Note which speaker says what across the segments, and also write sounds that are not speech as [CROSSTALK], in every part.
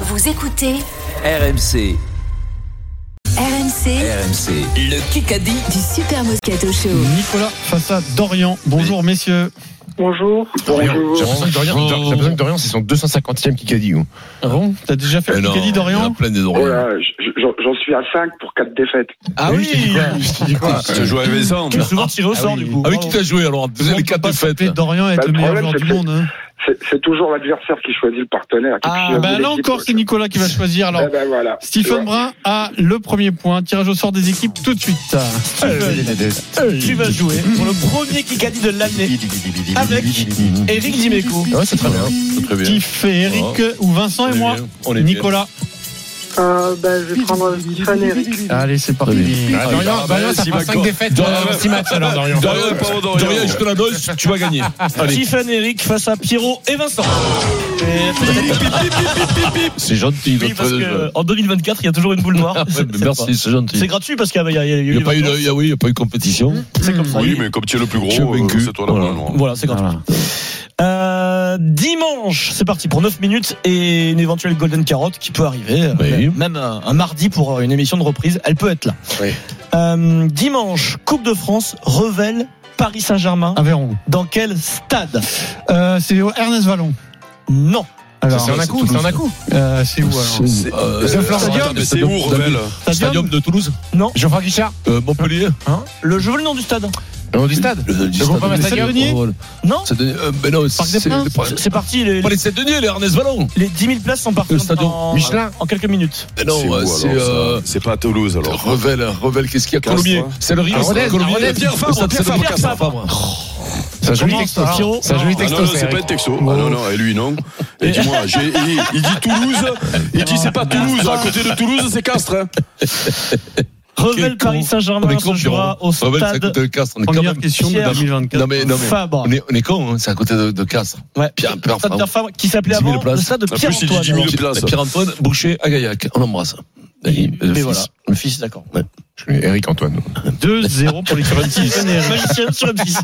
Speaker 1: Vous écoutez
Speaker 2: RMC,
Speaker 1: RMC
Speaker 2: RMC, le Kikadi.
Speaker 1: du Super Moscato Show.
Speaker 3: Nicolas face à Dorian. Bonjour messieurs.
Speaker 4: Bonjour.
Speaker 5: Dorian. J'ai l'impression que Dorian, j'ai l'impression que Dorian, c'est son 250e Kikadi. ou
Speaker 3: Ah bon T'as déjà fait
Speaker 6: Eh
Speaker 3: le
Speaker 6: non,
Speaker 3: Kikadi
Speaker 6: il y en
Speaker 3: Dorian
Speaker 6: a plein des
Speaker 4: Oh
Speaker 6: Dorian.
Speaker 4: là, j- j'en j'en suis à 5 pour 4 défaites.
Speaker 3: Ah
Speaker 5: Je t'ai dit quoi Je t'ai dit quoi
Speaker 6: Je joué à Vincent.
Speaker 3: Tu es souvent tiré au sort du coup.
Speaker 6: Ah oui, qui t'a joué alors Vous avez les
Speaker 3: Pas
Speaker 6: quatre défaites.
Speaker 3: s'appeler Dorian est
Speaker 4: Bah,
Speaker 3: le
Speaker 4: le
Speaker 3: meilleur
Speaker 4: problème,
Speaker 3: joueur
Speaker 4: c'est
Speaker 3: du
Speaker 4: que-
Speaker 3: monde. hein.
Speaker 4: C'est c'est toujours l'adversaire qui choisit le partenaire. qui
Speaker 3: Ah
Speaker 4: choisit
Speaker 3: bah là
Speaker 4: l'équipe.
Speaker 3: encore c'est Nicolas qui va choisir. Alors
Speaker 4: Eh ben voilà.
Speaker 3: Stephen Brun a le premier point. Tirage au sort des équipes tout de suite.
Speaker 6: Ah,
Speaker 5: Ah
Speaker 3: Stephen, tu vas jouer pour le premier Kikadi de l'année avec Eric Dimeco.
Speaker 5: Ah Ouais, c'est très bien. C'est très bien.
Speaker 3: Qui fait Eric ou Vincent
Speaker 6: Ah,
Speaker 3: et
Speaker 6: Oh. On est
Speaker 3: moi
Speaker 6: bien, on est bien.
Speaker 3: Nicolas.
Speaker 7: Euh, bah, je vais prendre Stéphane et Eric.
Speaker 3: Allez c'est parti.
Speaker 5: Ah, Dorian,
Speaker 6: bah,
Speaker 5: Dorian, ça prend 5
Speaker 3: euh,
Speaker 5: défaites.
Speaker 6: Dorian,
Speaker 5: en six matchs alors, Dorian.
Speaker 6: Dorian, pardon, Dorian. Dorian, je te la donne, tu vas gagner. Allez.
Speaker 8: Tiffany Eric face à Pierrot et Vincent.
Speaker 5: Ah. C'est gentil.
Speaker 8: Oui,
Speaker 5: notre-
Speaker 8: parce que en 2024, il y a toujours une boule
Speaker 5: Ah
Speaker 8: noire.
Speaker 5: ouais, mais Merci, c'est gentil.
Speaker 8: C'est gratuit parce qu'il y a, il y a- il y a eu
Speaker 5: Il n'y
Speaker 8: les
Speaker 5: a pas eu
Speaker 8: vacances.
Speaker 5: de- il y a- oui, il y a pas eu de compétition.
Speaker 8: C'est comme ça.
Speaker 6: Oui, mais comme tu es le plus gros,
Speaker 5: Tu as vaincu.
Speaker 6: euh, c'est toi la
Speaker 5: Voilà.
Speaker 6: bonne. hein.
Speaker 8: Voilà, c'est gratuit. Euh, dimanche, c'est parti pour 9 minutes et une éventuelle Golden Carotte qui peut arriver. euh,
Speaker 5: Oui.
Speaker 8: Même un, un mardi pour euh, une émission de reprise, elle peut être là.
Speaker 5: Oui.
Speaker 8: Euh, dimanche, Coupe de France, Revel, Paris Saint-Germain.
Speaker 5: Ah.
Speaker 3: Aveyron.
Speaker 8: Dans quel stade
Speaker 3: Euh, c'est Ernest Vallon.
Speaker 8: Non.
Speaker 3: Alors,
Speaker 5: C'est en à-coup, c'est en à-coup.
Speaker 3: euh, c'est où alors
Speaker 6: C'est-
Speaker 5: Euh,
Speaker 6: euh,
Speaker 3: Florent.
Speaker 6: attends, mais C'est où, Revel
Speaker 5: Stadium de Toulouse
Speaker 8: Non.
Speaker 5: Geoffroy Guichard euh, Montpellier
Speaker 8: Le, je veux le nom du stade.
Speaker 5: Le nom du stade Le
Speaker 3: Grand Palais Stadium. Denis
Speaker 8: Non
Speaker 5: Denis euh, Mais non, c'est-
Speaker 3: Parc des
Speaker 5: c'est
Speaker 3: Princes.
Speaker 5: le Parc-
Speaker 8: C'est parti, les,
Speaker 5: Pas les 7 deniers, les Ernest Vallon
Speaker 8: les 10 000 places sont parties
Speaker 5: Le stade
Speaker 8: en,
Speaker 5: Michelin.
Speaker 8: en quelques minutes.
Speaker 5: Mais
Speaker 6: C'est où,
Speaker 5: Ah non,
Speaker 6: alors,
Speaker 5: c'est.
Speaker 6: ça
Speaker 5: euh,
Speaker 6: C'est pas à Toulouse alors.
Speaker 5: Revel, hein, Revel, qu'est-ce qu'il y a
Speaker 6: Castres,
Speaker 5: Colombier
Speaker 6: hein.
Speaker 5: C'est le Rio, c'est Colombier.
Speaker 6: Pierre Fabre,
Speaker 5: Le stade,
Speaker 6: Pierre
Speaker 5: c'est le
Speaker 6: Fabre,
Speaker 5: Pierre Fabre. C'est un joli
Speaker 8: Comment,
Speaker 5: texto.
Speaker 8: ça, Pierrot
Speaker 5: C'est un joli
Speaker 8: Non.
Speaker 6: Ah non,
Speaker 5: texto.
Speaker 6: non,
Speaker 5: ça,
Speaker 6: c'est
Speaker 5: Eric.
Speaker 6: pas un texto. Ah non, non, et lui non. Et dis-moi, j'ai- il, il dit Toulouse, il dit c'est pas Toulouse, à côté de Toulouse, c'est Castres. hein.
Speaker 8: Revel
Speaker 5: Quel con.
Speaker 8: Paris
Speaker 5: On est
Speaker 8: Saint-Germain
Speaker 5: con,
Speaker 8: se jouera
Speaker 5: Pierrot.
Speaker 8: au
Speaker 5: Revel, c'est à
Speaker 8: stade
Speaker 5: côté de Castres. On est quand
Speaker 3: Première
Speaker 5: même.
Speaker 3: question de
Speaker 8: Pierre.
Speaker 3: 2024.
Speaker 5: Non, mais, non, mais.
Speaker 8: Fabre.
Speaker 5: On est, on est con, hein, c'est à côté de, de Castres.
Speaker 8: Ouais.
Speaker 5: Pierre- Pierre
Speaker 8: Stade
Speaker 5: Fabre.
Speaker 8: Pierre Fabre, qui s'appelait
Speaker 5: 10 000
Speaker 8: avant le
Speaker 5: places.
Speaker 8: stade de
Speaker 6: En plus, il dit 10
Speaker 8: Pierre-Antoine.
Speaker 6: 000 places.
Speaker 5: Pierre-Antoine Boucher à Gaillac. On l'embrasse. Et le
Speaker 8: Mais
Speaker 5: fils.
Speaker 8: voilà, le fils, d'accord.
Speaker 5: Eric Antoine.
Speaker 3: 2-0 pour les Corinthians.
Speaker 8: [LAUGHS]
Speaker 5: [LAUGHS]
Speaker 8: Magicien sur le fils.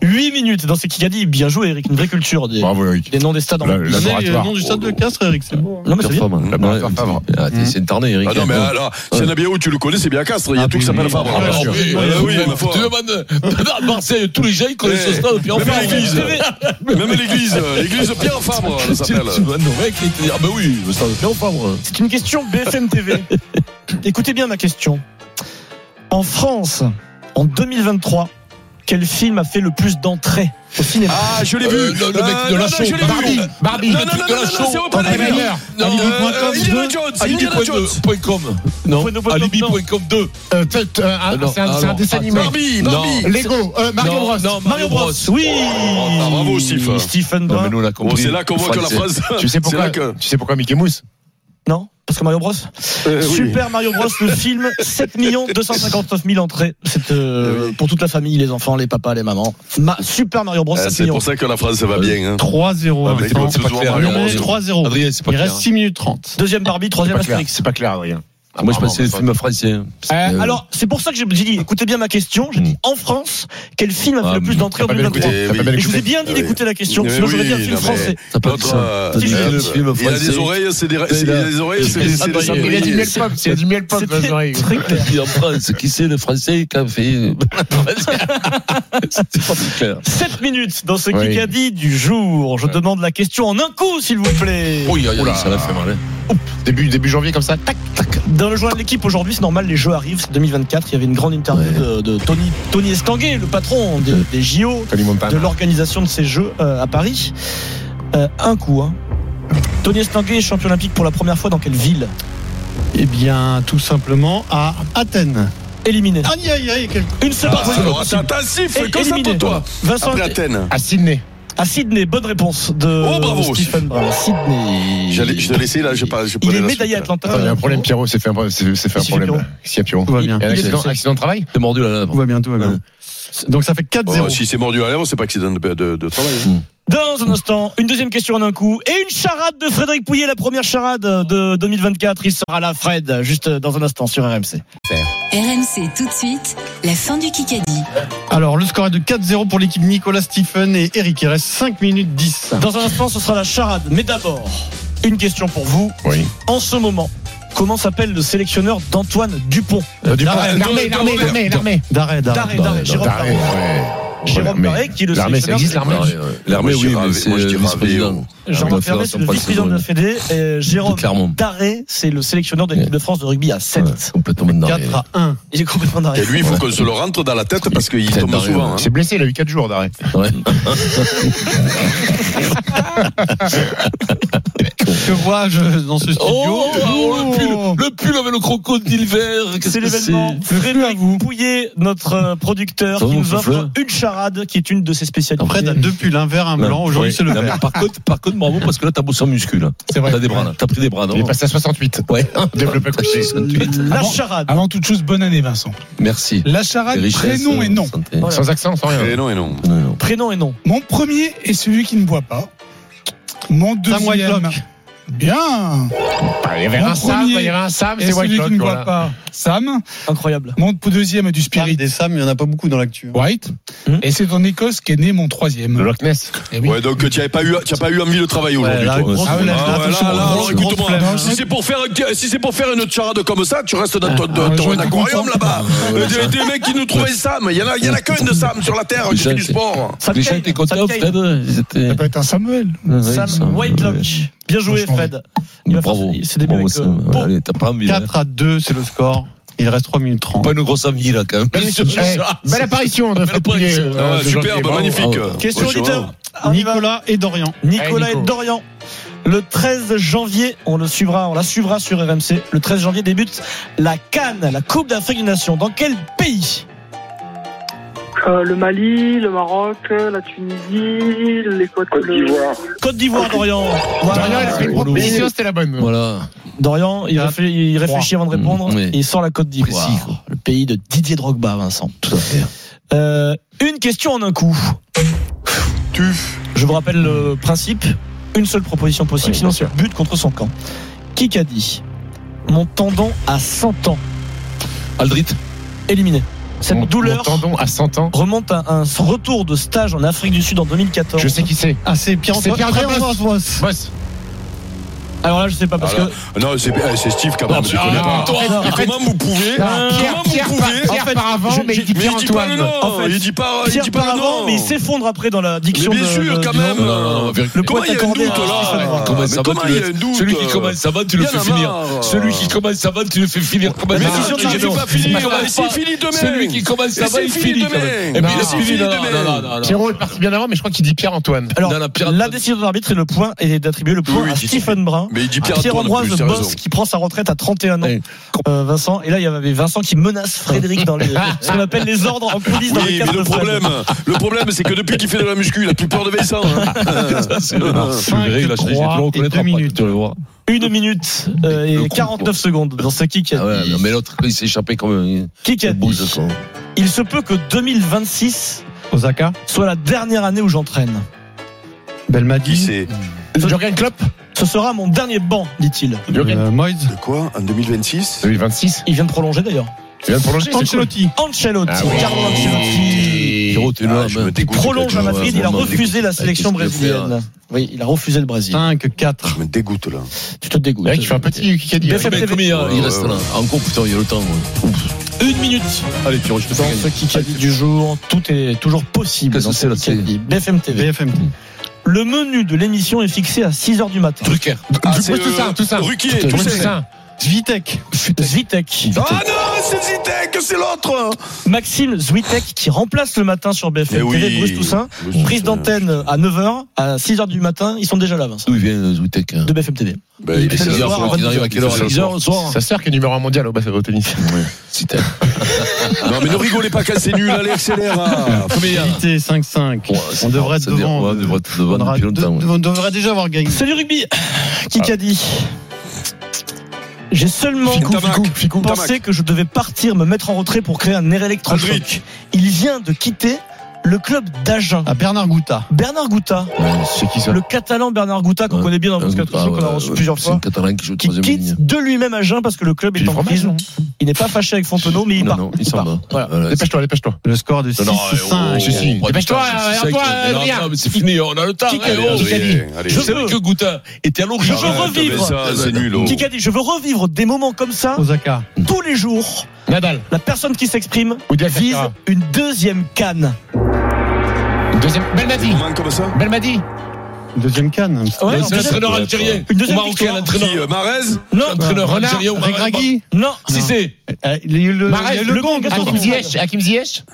Speaker 8: 8 minutes dans ce Kikadi. Bien joué, Eric. Une vraie culture des,
Speaker 5: Bravo, Eric.
Speaker 8: des noms des stades. hein. En...
Speaker 5: Le
Speaker 3: C'est le nom du stade de Castres, Eric, c'est beau. hein.
Speaker 8: Non, mais c'est bien.
Speaker 5: Laboratoire Fabre. Ah,
Speaker 8: Mmh.
Speaker 5: t'es- C'est une tarnée, Eric.
Speaker 6: Ah non, mais
Speaker 5: Ouais.
Speaker 6: alors, s'il y en a bien où tu le connais, c'est bien Castres, il y a
Speaker 3: Ah,
Speaker 6: tout qui
Speaker 3: oui,
Speaker 6: s'appelle
Speaker 3: oui.
Speaker 6: Fabre.
Speaker 3: Ah, bien sûr.
Speaker 5: oui,
Speaker 6: Ouais,
Speaker 5: oui,
Speaker 6: oui,
Speaker 5: oui,
Speaker 6: ma foi.
Speaker 5: Tu demandes Bernard de Marseille, tous les gens, ils connaissent ce stade depuis
Speaker 6: Même
Speaker 5: enfant.
Speaker 6: l'église, même l'église, euh, l'église Pierre Fabre, elle [LAUGHS]
Speaker 5: Tu
Speaker 6: s'appelle.
Speaker 5: demandes au mec, il te dit Ah, ben oui, le stade depuis enfant. moi.
Speaker 8: C'est une question BFM
Speaker 5: [LAUGHS]
Speaker 8: TV. Écoutez bien ma question. En France, en 2023, quel film a fait le plus d'entrées au cinéma
Speaker 6: Ah, je l'ai vu.
Speaker 5: Euh, le- le mec
Speaker 6: Euh,
Speaker 5: de
Speaker 6: non,
Speaker 5: la
Speaker 6: non,
Speaker 5: show.
Speaker 6: je l'ai vu.
Speaker 5: Barbie,
Speaker 6: Euh,
Speaker 5: Barbie.
Speaker 6: Non,
Speaker 5: Le
Speaker 6: non, non,
Speaker 5: truc de
Speaker 6: non,
Speaker 5: la
Speaker 6: non,
Speaker 5: show.
Speaker 6: c'est Open
Speaker 5: Oppenheimer.
Speaker 6: Non,
Speaker 5: Alibi
Speaker 6: euh,
Speaker 5: point com
Speaker 6: Indiana
Speaker 5: deux.
Speaker 6: Jones.
Speaker 5: Alibi
Speaker 6: Indiana
Speaker 5: point
Speaker 6: Jones.
Speaker 5: deux, point com. Non,
Speaker 8: Point de- point de- non.
Speaker 5: Alibi.com 2.
Speaker 3: Euh,
Speaker 5: Ah, non,
Speaker 9: c'est un- c'est un
Speaker 5: alors,
Speaker 9: dessin
Speaker 5: attends.
Speaker 9: animé.
Speaker 6: Barbie, Barbie.
Speaker 9: Lego, euh, Mario
Speaker 5: Non,
Speaker 9: Bros.
Speaker 5: Non,
Speaker 8: Mario Bros. Oui
Speaker 6: Ah, bravo, Steve.
Speaker 8: Stephen
Speaker 5: Non,
Speaker 8: Brun.
Speaker 5: mais nous, on l'a
Speaker 6: Bon,
Speaker 5: compris.
Speaker 6: c'est là qu'on voit que la phrase.
Speaker 5: Tu sais pourquoi-
Speaker 6: c'est là que-
Speaker 5: Tu sais pourquoi Mickey Mouse
Speaker 8: Non Parce que Mario Bros
Speaker 6: Euh, oui.
Speaker 8: Super Mario Bros, le film, 7 259 000 entrées. C'est euh, pour toute la famille, les enfants, les papas, les mamans. Ma- Super Mario Bros,
Speaker 6: Euh,
Speaker 5: Ah,
Speaker 8: 7
Speaker 6: C'est
Speaker 8: millions.
Speaker 6: pour ça que la phrase ça va bien. hein.
Speaker 3: 3-0.
Speaker 6: Ah,
Speaker 3: Vincent.
Speaker 6: mais c'est bon,
Speaker 5: c'est pas
Speaker 6: toujours
Speaker 5: clair.
Speaker 6: Mario
Speaker 3: Non, mais
Speaker 6: Bros.
Speaker 3: 3-0.
Speaker 5: Adrien, c'est pas
Speaker 3: Il
Speaker 5: clair.
Speaker 3: reste 6 minutes 30.
Speaker 8: Deuxième Barbie, troisième Astérix.
Speaker 9: C'est pas clair, Eh Adrien.
Speaker 5: Ah, Moi, je pensais le film
Speaker 9: hein.
Speaker 5: français.
Speaker 8: Euh, Alors, c'est pour ça que j'ai j'ai dit, écoutez bien ma question. J'ai dit, en France, quel film a fait
Speaker 5: Ah,
Speaker 8: le plus
Speaker 5: mais
Speaker 8: d'entrées en
Speaker 5: t'as pas bien écouté.
Speaker 8: 2023
Speaker 6: Eh
Speaker 5: T'as pas
Speaker 6: oui.
Speaker 5: bien
Speaker 8: Et je vous ai
Speaker 5: écouté.
Speaker 8: bien dit
Speaker 6: Ah,
Speaker 8: d'écouter la question,
Speaker 6: Mais
Speaker 8: sinon j'aurais dit un
Speaker 6: oui,
Speaker 8: film
Speaker 6: non, mais-
Speaker 8: français.
Speaker 5: T'as pas dit
Speaker 6: Notre,
Speaker 5: ça.
Speaker 6: euh,
Speaker 5: T'as dit
Speaker 6: Steve
Speaker 5: le
Speaker 6: Jobs,
Speaker 5: film
Speaker 6: Il a
Speaker 5: français.
Speaker 6: des oreilles, c'est des c'est
Speaker 5: Il a-
Speaker 6: des oreilles, c'est des-
Speaker 5: Ah, bah, Il a- il a-
Speaker 6: c'est des
Speaker 9: Il a dit
Speaker 6: oreilles.
Speaker 9: mille pop, il a dit mille pop,
Speaker 8: C'était
Speaker 9: Adrien.
Speaker 8: très clair.
Speaker 5: Puis en France, qui c'est le français qui a fait. [LAUGHS] C'était pas très clair.
Speaker 8: 7 minutes dans ce
Speaker 5: Oui.
Speaker 8: Kikadi du jour. Je demande la question en un coup, s'il vous plaît.
Speaker 5: Oh, il y a- il y a- ça l'a fait mal. hein.
Speaker 9: Début, début janvier, comme ça, tac, tac.
Speaker 8: Dans le journal de l'équipe aujourd'hui, c'est normal, les jeux arrivent. C'est 2024, il y avait une grande interview de, de Tony, Tony Estanguet, le patron des, des JO,
Speaker 9: Tony
Speaker 8: de
Speaker 9: Montana.
Speaker 8: l'organisation de ces jeux euh, à Paris. Euh, un coup, hein. Tony Estanguet est champion olympique pour la première fois dans quelle ville
Speaker 3: Eh bien, tout simplement à Athènes.
Speaker 8: Éliminé.
Speaker 3: Aïe, aïe, aïe, quel-
Speaker 8: Ah, Une seule
Speaker 6: Ah,
Speaker 8: fois.
Speaker 6: alors, Attends, attends, siffle,
Speaker 8: Et-
Speaker 6: comme ça
Speaker 8: éliminé.
Speaker 6: pour toi.
Speaker 8: Vincent,
Speaker 6: Après Athènes.
Speaker 9: À Sydney.
Speaker 8: à Sydney, bonne réponse de
Speaker 6: Oh, bravo.
Speaker 8: Stephen Brown. Sydney.
Speaker 6: J'allais- Je te laissais là, je pas. je
Speaker 8: Il
Speaker 6: prenais
Speaker 8: est
Speaker 6: la
Speaker 8: médaillé à
Speaker 6: suite, là.
Speaker 8: Atlanta.
Speaker 9: Attends, il y a un problème, Pierrot s'est fait un, s'est- s'est fait un
Speaker 8: Qu'est-ce qu'il fait,
Speaker 9: problème. là. Qu'est-ce qu'il y a, Pierrot
Speaker 3: Tout va bien.
Speaker 9: Il y a un
Speaker 8: Il est-
Speaker 9: accident, accident de travail
Speaker 5: T'es mordu la
Speaker 3: Tout
Speaker 5: lèvre.
Speaker 3: va bien, tout va bien. Donc ça fait 4-0.
Speaker 6: Oh, Si c'est mordu à la lèvre, c'est pas accident de de- de travail.
Speaker 8: Dans un instant, une deuxième question en un coup et une charade de Frédéric Pouillet, la première charade de 2024. Il sera là, Fred, juste dans un instant sur RMC.
Speaker 1: RMC tout de suite, la fin du Kikadi.
Speaker 3: Alors, le score est de 4-0 pour l'équipe Nicolas Stephen et Eric. Il reste 5 minutes 10.
Speaker 8: Dans un instant, ce sera la charade. Mais d'abord, Une question pour vous.
Speaker 5: Ah,
Speaker 9: Oui.
Speaker 8: En ce moment, comment s'appelle le sélectionneur d'Antoine Dupont
Speaker 9: Euh, du
Speaker 3: L'armée,
Speaker 9: coup,
Speaker 3: l'armée, l'armée, l'armée, l'armée. D'arrêt, d'arrêt.
Speaker 8: Daré, Daré, Jérôme
Speaker 9: Daré,
Speaker 8: Daré.
Speaker 9: ouais.
Speaker 8: Jérôme
Speaker 9: Ouais,
Speaker 8: Daré, qui est le
Speaker 9: l'armée, ça
Speaker 8: sélectionneur
Speaker 9: existe l'armée
Speaker 6: L'armée, oui, mais c'est
Speaker 5: je
Speaker 6: le
Speaker 5: dirais
Speaker 6: vice-président.
Speaker 8: Jérôme Fernet, c'est le vice-président de la Fédé. Et Jérôme
Speaker 5: Clairement.
Speaker 8: Daré, c'est le sélectionneur de l'équipe de France de rugby à 7.
Speaker 5: Complètement
Speaker 3: 4 à 1.
Speaker 8: Il est complètement
Speaker 6: Et
Speaker 8: d'arrêt.
Speaker 6: lui, il faut qu'on se le rentre dans la tête parce qu'il
Speaker 5: Tête
Speaker 6: tombe
Speaker 5: d'arrêt,
Speaker 6: souvent. hein.
Speaker 9: C'est blessé, il a eu 4 jours d'arrêt.
Speaker 3: Que vois-je dans ce studio
Speaker 5: [LAUGHS] Oh, oh, le
Speaker 3: Oh.
Speaker 5: pull, le pull avec le crocodile vert. qu'est-ce
Speaker 8: C'est
Speaker 5: que
Speaker 8: l'événement. Frédéric Pouillet, notre euh, producteur,
Speaker 5: Ça va,
Speaker 8: qui
Speaker 5: mon
Speaker 8: nous offre
Speaker 5: souffleur
Speaker 8: une charade, qui est une de ses spécialités.
Speaker 3: Fred
Speaker 10: Mmh.
Speaker 3: a deux pulls, un vert, un
Speaker 5: Non,
Speaker 3: blanc. Aujourd'hui,
Speaker 5: oui.
Speaker 3: c'est le
Speaker 5: Non, mais
Speaker 3: vert.
Speaker 5: Par contre, par contre, bravo, parce que là, t'as bossé en muscu, là.
Speaker 9: C'est vrai.
Speaker 5: T'as des bras, là. T'as pris des bras, non
Speaker 9: Il est passé à 68.
Speaker 5: Ouais. [LAUGHS]
Speaker 9: Développé couché.
Speaker 3: Ah
Speaker 8: La charade.
Speaker 10: Avant toute chose, bonne année, Vincent.
Speaker 5: Merci.
Speaker 10: La charade,
Speaker 5: Richesse,
Speaker 10: prénom et nom.
Speaker 5: euh, santé.
Speaker 8: Voilà.
Speaker 9: Sans accent, sans rien.
Speaker 6: Et Eh non, et non.
Speaker 5: Non, non.
Speaker 8: Prénom et nom.
Speaker 10: Mon premier est celui qui ne boit pas. Mon deuxième.
Speaker 3: Whitelock.
Speaker 10: Bien.
Speaker 9: Ah, Il y avait un
Speaker 10: Mon
Speaker 9: Sam,
Speaker 10: premier
Speaker 9: il y avait un Sam,
Speaker 10: Et
Speaker 9: c'est White
Speaker 10: celui
Speaker 9: Lock,
Speaker 10: qui ne boit
Speaker 9: voilà.
Speaker 10: pas. Sam.
Speaker 8: Incroyable.
Speaker 10: Mon deuxième est du
Speaker 3: Paris
Speaker 10: spirit.
Speaker 3: des Sam, il n'y en a pas beaucoup dans l'actu. hein.
Speaker 10: White.
Speaker 9: Mmh.
Speaker 8: Hmm.
Speaker 10: Et c'est en Écosse qu'est né mon troisième.
Speaker 9: Le Loch Ness.
Speaker 10: Eh oui.
Speaker 6: Ouais, donc tu n'as pas, eu- tu as pas eu envie de travailler aujourd'hui,
Speaker 3: là,
Speaker 6: toi.
Speaker 3: grosse-
Speaker 5: hein.
Speaker 6: Ah ouais, là,
Speaker 3: grosse-
Speaker 6: là,
Speaker 3: grosse-
Speaker 6: là, alors,
Speaker 3: grosse-
Speaker 6: écoute-moi,
Speaker 3: grosse flemme.
Speaker 6: si c'est pour faire un- si c'est pour faire une charade comme ça, tu restes dans ton, dans
Speaker 10: ouais,
Speaker 6: ton
Speaker 10: j'aurais été
Speaker 6: aquarium
Speaker 10: content.
Speaker 6: là-bas. Des, des mecs qui nous trouvaient Sam, il y en a, il y en a qu'un de Sam sur la terre qui fait du sport.
Speaker 8: Sam
Speaker 5: Les gens
Speaker 8: Kane,
Speaker 5: étaient contents,
Speaker 8: Sam Kane,
Speaker 5: Fred. Ils étaient.
Speaker 10: Ça peut être un Samuel.
Speaker 5: Ouais,
Speaker 8: Sam
Speaker 5: ils sont-
Speaker 8: Whitelock. Bien joué,
Speaker 10: Franchement,
Speaker 8: Fred. Il va
Speaker 5: Bravo.
Speaker 8: faire- c'est des
Speaker 5: Bravo,
Speaker 8: mecs,
Speaker 5: Sam.
Speaker 8: euh, bon.
Speaker 5: Allez, t'as pas envie. hein.
Speaker 3: 4 à 2, c'est le score. Il reste 3 minutes 30.
Speaker 5: Pas une grosse envie, là, quand même.
Speaker 9: Belle, eh, belle apparition de Fred Pouillet.
Speaker 5: apparition.
Speaker 9: euh,
Speaker 6: Ah,
Speaker 9: ce
Speaker 6: superbe,
Speaker 9: janvier, bravo.
Speaker 6: magnifique.
Speaker 5: bravo.
Speaker 8: Question
Speaker 6: Ouais,
Speaker 8: auditeur. On y va.
Speaker 3: Nicolas et Dorian.
Speaker 8: Nicolas
Speaker 9: Hey, Nico.
Speaker 8: et Dorian. Le 13 janvier, on le suivra, on la suivra sur RMC. Le 13 janvier débute la Cannes, la Coupe d'Afrique des Nations. Dans quel pays
Speaker 7: Euh, le Mali, le Maroc, la Tunisie, l'Équateur.
Speaker 4: Côte d'Ivoire.
Speaker 8: Côte d'Ivoire, Dorian. Voilà.
Speaker 9: Dorian, il a fait une proposition, c'était la bonne.
Speaker 5: Voilà.
Speaker 8: Dorian, il, réfléch- il réfléchit avant de répondre.
Speaker 5: Mmh, oui.
Speaker 8: Et il sort la Côte d'Ivoire.
Speaker 5: Précis, quoi.
Speaker 8: Le pays de Didier Drogba, Vincent.
Speaker 5: Tout à fait.
Speaker 8: Euh, une question en un coup. Je vous rappelle le principe. Une seule proposition possible,
Speaker 5: Oui,
Speaker 8: sinon
Speaker 5: bien
Speaker 8: c'est but contre son camp. Qui qu'a dit Mon tendon à 100 ans
Speaker 5: Aldrit.
Speaker 8: éliminé. Cette
Speaker 9: Mon-
Speaker 8: douleur
Speaker 9: Mon tendon à 100 ans.
Speaker 8: remonte à un retour de stage en Afrique du Sud en 2014.
Speaker 9: Je sais qui c'est.
Speaker 3: Ah, c'est Pierre
Speaker 9: C'est Pierre André
Speaker 3: Boss.
Speaker 9: Boss.
Speaker 8: Alors là, je sais pas parce
Speaker 6: Ah là,
Speaker 8: que
Speaker 6: Non, c'est eh, c'est Steve quand même. tu connais pas.
Speaker 9: Antoine.
Speaker 6: Mais Comment vous pouvez
Speaker 9: Non, Pierre,
Speaker 6: Comment vous
Speaker 9: Pierre,
Speaker 6: pouvez
Speaker 9: par, Pierre par avant,
Speaker 8: je-
Speaker 9: mais il dit
Speaker 6: Mais
Speaker 9: Pierre
Speaker 6: il dit pas le
Speaker 9: Antoine.
Speaker 6: nom.
Speaker 8: En fait,
Speaker 6: il dit pas, il
Speaker 8: Pierre
Speaker 6: dit pas le
Speaker 8: Paravant,
Speaker 6: nom.
Speaker 8: mais il s'effondre après dans la
Speaker 6: Mais
Speaker 8: diction.
Speaker 6: bien
Speaker 8: de-
Speaker 6: sûr,
Speaker 8: de-
Speaker 6: quand
Speaker 8: du-
Speaker 6: même.
Speaker 5: non, non, non, vérifie.
Speaker 8: Le
Speaker 6: Comment
Speaker 8: pote
Speaker 6: il y a un
Speaker 8: accordé
Speaker 6: doute
Speaker 8: à Stephen
Speaker 6: là
Speaker 8: Brun.
Speaker 5: Comment
Speaker 6: Mais
Speaker 5: ça va,
Speaker 6: comment
Speaker 5: tu
Speaker 6: il y
Speaker 5: le-
Speaker 6: a un doute
Speaker 5: Celui qui commence avant, tu le
Speaker 6: Il y en
Speaker 5: fais
Speaker 6: a
Speaker 5: finir.
Speaker 6: marre.
Speaker 5: Celui qui commence avant, tu le fais finir. Comment
Speaker 6: Mais
Speaker 5: ça
Speaker 8: non,
Speaker 5: va,
Speaker 6: si
Speaker 8: non,
Speaker 6: Ah, je
Speaker 5: Gênant.
Speaker 6: ne pas fini,
Speaker 5: Il commence
Speaker 6: c'est
Speaker 5: pas.
Speaker 6: fini demain. Ah,
Speaker 5: Celui qui commence
Speaker 6: Et
Speaker 5: avant,
Speaker 6: c'est
Speaker 5: il
Speaker 6: fini
Speaker 5: finit. quand
Speaker 6: demain.
Speaker 5: même. Et puis il
Speaker 6: Non,
Speaker 5: est
Speaker 6: c'est
Speaker 5: fini.
Speaker 6: fini
Speaker 5: non, non,
Speaker 6: demain.
Speaker 5: non, non, non.
Speaker 9: Pierrot est parti bien avant, mais je crois qu'il dit Pierre Antoine.
Speaker 8: Alors,
Speaker 5: Non, la
Speaker 8: la,
Speaker 5: Pierre-
Speaker 8: décision de l'arbitre est le point et d'attribuer le point
Speaker 6: Oui,
Speaker 8: à
Speaker 6: dis-
Speaker 8: Stephen Brun.
Speaker 6: Mais il dit Pierre
Speaker 8: Ah, Pierre
Speaker 6: Antoine, en
Speaker 8: Ambroise
Speaker 6: plus, t'as raison.
Speaker 8: Boss qui prend sa retraite à 31 ans.
Speaker 5: Eh.
Speaker 8: Euh, Vincent, et là il y avait Vincent qui menace Frédéric dans les, ce qu'on appelle les ordres en coulisses dans les
Speaker 6: Oui, mais
Speaker 8: cadres de
Speaker 6: le
Speaker 8: Fred.
Speaker 6: problème, le problème, c'est que depuis qu'il fait de la muscu, il a plus peur de Vincent. hein.
Speaker 8: Ah,
Speaker 5: Ah,
Speaker 6: Ah.
Speaker 5: C'est le-
Speaker 3: Cinq,
Speaker 5: vous verrez, il a
Speaker 3: trois
Speaker 5: changé, tu le
Speaker 3: et
Speaker 5: reconnaîtras
Speaker 3: deux
Speaker 5: pas,
Speaker 3: minutes.
Speaker 5: tu vas le voir.
Speaker 8: Une minute euh,
Speaker 5: Le
Speaker 8: et
Speaker 5: coup,
Speaker 8: 49 secondes dans ce kick.
Speaker 5: Ah ouais, non, mais l'autre, il s'est échappé comme un-
Speaker 8: Kick
Speaker 5: un
Speaker 8: a
Speaker 5: boule de
Speaker 8: dit,
Speaker 5: son.
Speaker 8: il se peut que 2026
Speaker 3: Osaka.
Speaker 8: soit la dernière année où j'entraîne.
Speaker 6: Qui
Speaker 3: Belmadi.
Speaker 6: c'est
Speaker 9: Jürgen Klopp
Speaker 8: Ce sera mon dernier banc, dit-il.
Speaker 9: Jürgen
Speaker 3: Euh, Moyes.
Speaker 6: De quoi En 2026
Speaker 9: 2026
Speaker 8: Il vient de prolonger d'ailleurs.
Speaker 9: Tu viens de prolonger c'est cool.
Speaker 3: Ancelotti.
Speaker 8: Ancelotti,
Speaker 9: Ah oui.
Speaker 8: Carlo Ancelotti.
Speaker 5: Pierrot, t'es là,
Speaker 6: Ah, je me
Speaker 5: man.
Speaker 6: dégoûte,
Speaker 8: Prolonge à
Speaker 6: là, tu vois,
Speaker 8: Madrid, il a
Speaker 5: vraiment,
Speaker 8: refusé la sélection
Speaker 5: qu'est-ce qu'il faut faire
Speaker 8: brésilienne. Oui, il a refusé le Brésil.
Speaker 3: 5, 4.
Speaker 6: Je me dégoûte là.
Speaker 8: Tu te dégoûtes.
Speaker 9: Ouais, qui fait un petit Kikadi.
Speaker 8: BFM
Speaker 5: Mais
Speaker 8: TV.
Speaker 5: combien il y a- il
Speaker 6: Ouais,
Speaker 5: reste
Speaker 6: ouais.
Speaker 5: là Encore putain, il y a le temps. ouais. Ouf.
Speaker 8: Une minute
Speaker 5: Allez, Pierrot, je te fais
Speaker 8: dans
Speaker 5: gagner.
Speaker 8: ce Kikadi du jour. Tout est toujours possible
Speaker 5: Qu'est-ce
Speaker 8: dans
Speaker 5: que
Speaker 8: ce
Speaker 5: c'est, là,
Speaker 8: Kikadi. BFM TV.
Speaker 3: BFM.
Speaker 8: Le menu de l'émission est fixé à 6h du matin.
Speaker 5: Drucker.
Speaker 6: Ah,
Speaker 9: Tu
Speaker 6: c'est,
Speaker 9: poses tout
Speaker 6: euh,
Speaker 9: ça, tout ça.
Speaker 6: Ruquier,
Speaker 9: Tu
Speaker 6: tu
Speaker 9: poses
Speaker 6: sais.
Speaker 9: tout ça.
Speaker 3: Vitek.
Speaker 8: Zvitek.
Speaker 6: Ah non, c'est Zitek, c'est l'autre hein.
Speaker 8: Maxime Zwitek qui remplace le matin sur
Speaker 6: Eh
Speaker 8: BFM
Speaker 6: oui.
Speaker 8: TV, Bruce Toussaint.
Speaker 6: Bruce
Speaker 8: Prise
Speaker 6: Toussaint.
Speaker 8: d'antenne à 9h, à 6h du matin, ils sont déjà là, Vincent.
Speaker 5: D'où il vient euh, Zoutek hein
Speaker 8: De BFM TV.
Speaker 6: Ben, il est
Speaker 8: C'est
Speaker 5: Il
Speaker 8: le
Speaker 6: six heures,
Speaker 8: soir,
Speaker 6: quoi.
Speaker 8: en
Speaker 5: arrive à quelle heure
Speaker 6: C'est le
Speaker 5: 6 heures le soir
Speaker 9: Sa sœur qui est numéro 1 mondial au basket au tennis.
Speaker 5: Zwitek.
Speaker 6: Non, mais ne rigolez pas quand c'est nul, allez,
Speaker 8: [LAUGHS]
Speaker 6: accélère hein.
Speaker 5: Combien
Speaker 3: Vité 5-5.
Speaker 5: Ouais,
Speaker 3: On devrait être
Speaker 5: c'est bien,
Speaker 3: devant.
Speaker 5: ouais, On devrait être devant
Speaker 3: On aura-
Speaker 5: depuis longtemps. ouais.
Speaker 3: de- On devrait déjà avoir gagné.
Speaker 8: Salut rugby [SIGHS] Qui qu'a dit J'ai seulement
Speaker 6: Ficou, Ficou, Ficou,
Speaker 8: pensé
Speaker 6: Tamac.
Speaker 8: que je devais partir me mettre en retrait pour créer un air électrochoc.
Speaker 6: Aldric.
Speaker 8: Il vient de quitter le club d'Agen.
Speaker 3: À Ah, Bernard Gouta.
Speaker 8: Bernard Gouta,
Speaker 5: Ouais, C'est qui ça
Speaker 8: le catalan Bernard Gouta qu'on
Speaker 5: Ouais.
Speaker 8: connaît
Speaker 6: Euh,
Speaker 8: bien dans le podcast,
Speaker 5: Ah,
Speaker 8: qu'on a reçu
Speaker 5: ouais,
Speaker 8: plusieurs
Speaker 5: C'est
Speaker 8: fois,
Speaker 5: un catalan qui joue
Speaker 8: qui
Speaker 5: troisième ligne.
Speaker 8: quitte de lui-même Agen parce que le club
Speaker 9: Puis
Speaker 8: est
Speaker 9: du
Speaker 8: en
Speaker 9: fromage,
Speaker 8: crise.
Speaker 9: non
Speaker 8: Il n'est pas fâché avec Fontenot, mais il
Speaker 6: Non,
Speaker 8: part.
Speaker 6: non, il s'en
Speaker 8: part.
Speaker 6: va.
Speaker 8: Voilà.
Speaker 6: Voilà,
Speaker 9: Dépêche-toi, dépêche-toi.
Speaker 3: Le score de
Speaker 6: Non, non, eh, oh,
Speaker 3: 6-5.
Speaker 6: oh, oh, oh,
Speaker 9: Dépêche-toi,
Speaker 6: putain, c'est
Speaker 9: euh,
Speaker 6: six,
Speaker 9: toi,
Speaker 6: cinq, mais non,
Speaker 9: Adrien.
Speaker 6: non, mais C'est fini, on a le temps.
Speaker 8: Qui
Speaker 6: hein,
Speaker 8: gagne,
Speaker 6: oh,
Speaker 8: qui
Speaker 6: allez,
Speaker 8: gagne
Speaker 6: allez.
Speaker 8: Je
Speaker 6: C'est
Speaker 8: veux-
Speaker 6: vrai que Gouta était à l'origine.
Speaker 8: Je veux
Speaker 6: Arrête,
Speaker 8: revivre.
Speaker 6: mais ça, C'est nul. oh.
Speaker 8: Kikadi, je veux revivre des moments comme ça
Speaker 3: hein. Osaka.
Speaker 8: tous les jours.
Speaker 9: Nadal.
Speaker 8: La personne qui s'exprime
Speaker 9: Ou Diaz
Speaker 8: vise
Speaker 9: Ferreira.
Speaker 8: une deuxième canne.
Speaker 9: Deuxième. Belmadi.
Speaker 6: Comment- Comme ça
Speaker 9: Belmadi.
Speaker 3: Deuxième canne.
Speaker 8: Ouais,
Speaker 6: Mais
Speaker 8: non,
Speaker 6: C'est
Speaker 8: deuxième-
Speaker 6: l'entraîneur algérien.
Speaker 8: Une deuxième
Speaker 6: Ou marocain,
Speaker 8: victoire.
Speaker 6: l'entraîneur. Qui, euh, Marez
Speaker 8: Non,
Speaker 6: L'entraîneur
Speaker 9: Renard,
Speaker 6: algérien ou marocain
Speaker 3: Regragui.
Speaker 8: non,
Speaker 6: Si c'est.
Speaker 3: Euh, Il y a eu le, il y a
Speaker 9: Marais.
Speaker 3: eu le gong.
Speaker 9: Hakim Ziyech. Hakim Ziyech.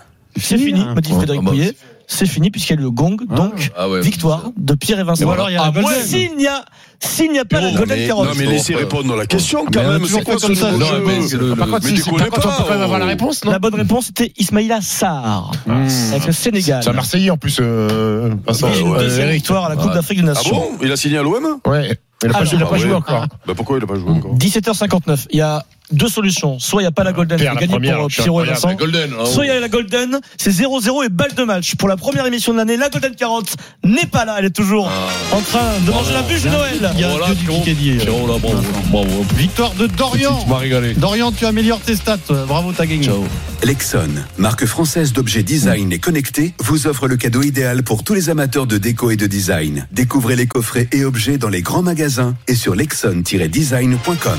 Speaker 8: c'est fini, me dit
Speaker 6: Ouais,
Speaker 8: Frédéric
Speaker 6: ah bah,
Speaker 8: Pouillet. C'est fini puisqu'il y a eu le gong, donc
Speaker 6: Ah ouais.
Speaker 8: victoire de Pierre et Vincent.
Speaker 3: Ou alors il y a la
Speaker 8: Ah, moi,
Speaker 3: golden.
Speaker 8: s'il n'y a, s'il n'y a pas
Speaker 6: Pierrot,
Speaker 8: la Golden
Speaker 6: Ah, mais-
Speaker 8: Carotte.
Speaker 6: Non, mais laissez répondre à la question
Speaker 3: Mais
Speaker 6: quand
Speaker 3: on a
Speaker 6: même.
Speaker 3: toujours
Speaker 6: C'est quoi
Speaker 3: fait
Speaker 6: ce
Speaker 3: comme ça,
Speaker 6: nouveau
Speaker 3: ce
Speaker 6: jeu
Speaker 3: jeu.
Speaker 6: Mais c'est le-
Speaker 9: Par contre,
Speaker 6: mais
Speaker 9: si c'est
Speaker 6: déconnez
Speaker 9: pas quand on peut
Speaker 6: pas,
Speaker 9: quand même avoir la
Speaker 6: oh.
Speaker 9: réponse, non
Speaker 8: La bonne réponse c'était Ismaïla Sarr avec le Sénégal.
Speaker 9: C'est un Marseillais en plus. euh, Vincent.
Speaker 6: Ah, ouais.
Speaker 9: Euh,
Speaker 8: Deuxième
Speaker 9: Eric.
Speaker 8: victoire à la Coupe
Speaker 6: Ah.
Speaker 8: d'Afrique des
Speaker 6: Ah
Speaker 8: Nations.
Speaker 6: bon Il a signé à l'OM
Speaker 9: Ouais. Il a pas
Speaker 8: Alors,
Speaker 9: joué- il a pas
Speaker 6: ah
Speaker 9: joué
Speaker 6: ouais.
Speaker 9: encore.
Speaker 6: Bah pourquoi il a pas
Speaker 3: Mm.
Speaker 6: joué encore
Speaker 8: 17h59. Il y a deux solutions. Soit il n'y a pas la Golden,
Speaker 9: Pierre, la
Speaker 8: c'est gagné
Speaker 9: première,
Speaker 8: pour euh,
Speaker 9: je suis
Speaker 8: Pierrot et
Speaker 9: incroyable.
Speaker 8: Vincent.
Speaker 6: Golden. hein,
Speaker 8: Soit il y
Speaker 6: ouais.
Speaker 8: a la Golden, c'est 0-0 et balle de match. Pour la première émission de l'année, la Golden 40 n'est pas là. Elle est toujours en train de manger la bûche de Noël.
Speaker 3: Il y a
Speaker 6: Ah. Voilà,
Speaker 3: que du
Speaker 6: Pierrot.
Speaker 3: Kikadi.
Speaker 6: Pierrot, là, bravo. Bravo.
Speaker 3: Victoire de Dorian.
Speaker 6: Tu m'as régalé.
Speaker 3: Dorian, tu améliores tes stats. Bravo, t'as gagné.
Speaker 6: Ciao.
Speaker 2: Lexon, marque française d'objets design et connectés, vous offre le cadeau idéal pour tous les amateurs de déco et de design. Découvrez les coffrets et objets dans les grands magasins et sur lexon-design.com.